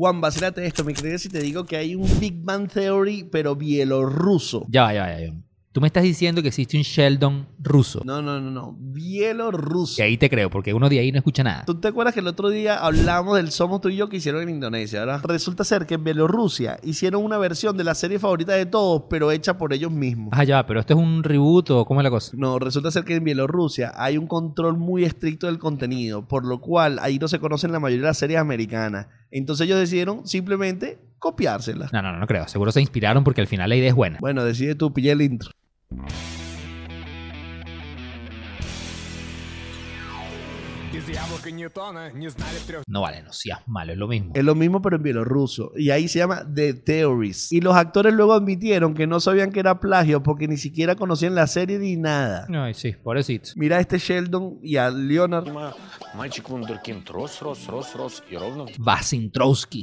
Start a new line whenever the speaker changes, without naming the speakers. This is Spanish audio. Juan, vacílate esto. ¿Me crees si te digo que hay un Big Bang Theory, pero bielorruso?
Ya va, ya va, ya va. Tú me estás diciendo que existe un Sheldon ruso.
No, no, no, no. Bielorruso.
Y ahí te creo, porque uno de ahí no escucha nada.
¿Tú te acuerdas que el otro día hablamos del Somos tú y yo que hicieron en Indonesia? ¿verdad? Resulta ser que en Bielorrusia hicieron una versión de la serie favorita de todos, pero hecha por ellos mismos.
Ah, ya va, pero esto es un reboot o cómo es la cosa.
No, resulta ser que en Bielorrusia hay un control muy estricto del contenido, por lo cual ahí no se conocen la mayoría de las series americanas. Entonces ellos decidieron simplemente copiárselas.
No, no, no, no creo. Seguro se inspiraron porque al final la idea es buena.
Bueno, decide tú, pillé el intro.
Из яблока Ньютона не знали трех
No vale, no seas malo, es lo mismo.
Es lo mismo pero en bielorruso. Y ahí se llama The Theories. Y los actores luego admitieron que no sabían que era plagio porque ni siquiera conocían la serie ni nada.
Ay, sí, pobrecito.
Mira a este Sheldon y a Leonard.
Мальчик Вундеркинд рос, рос, рос, рос и ровно в
Vasintrowski.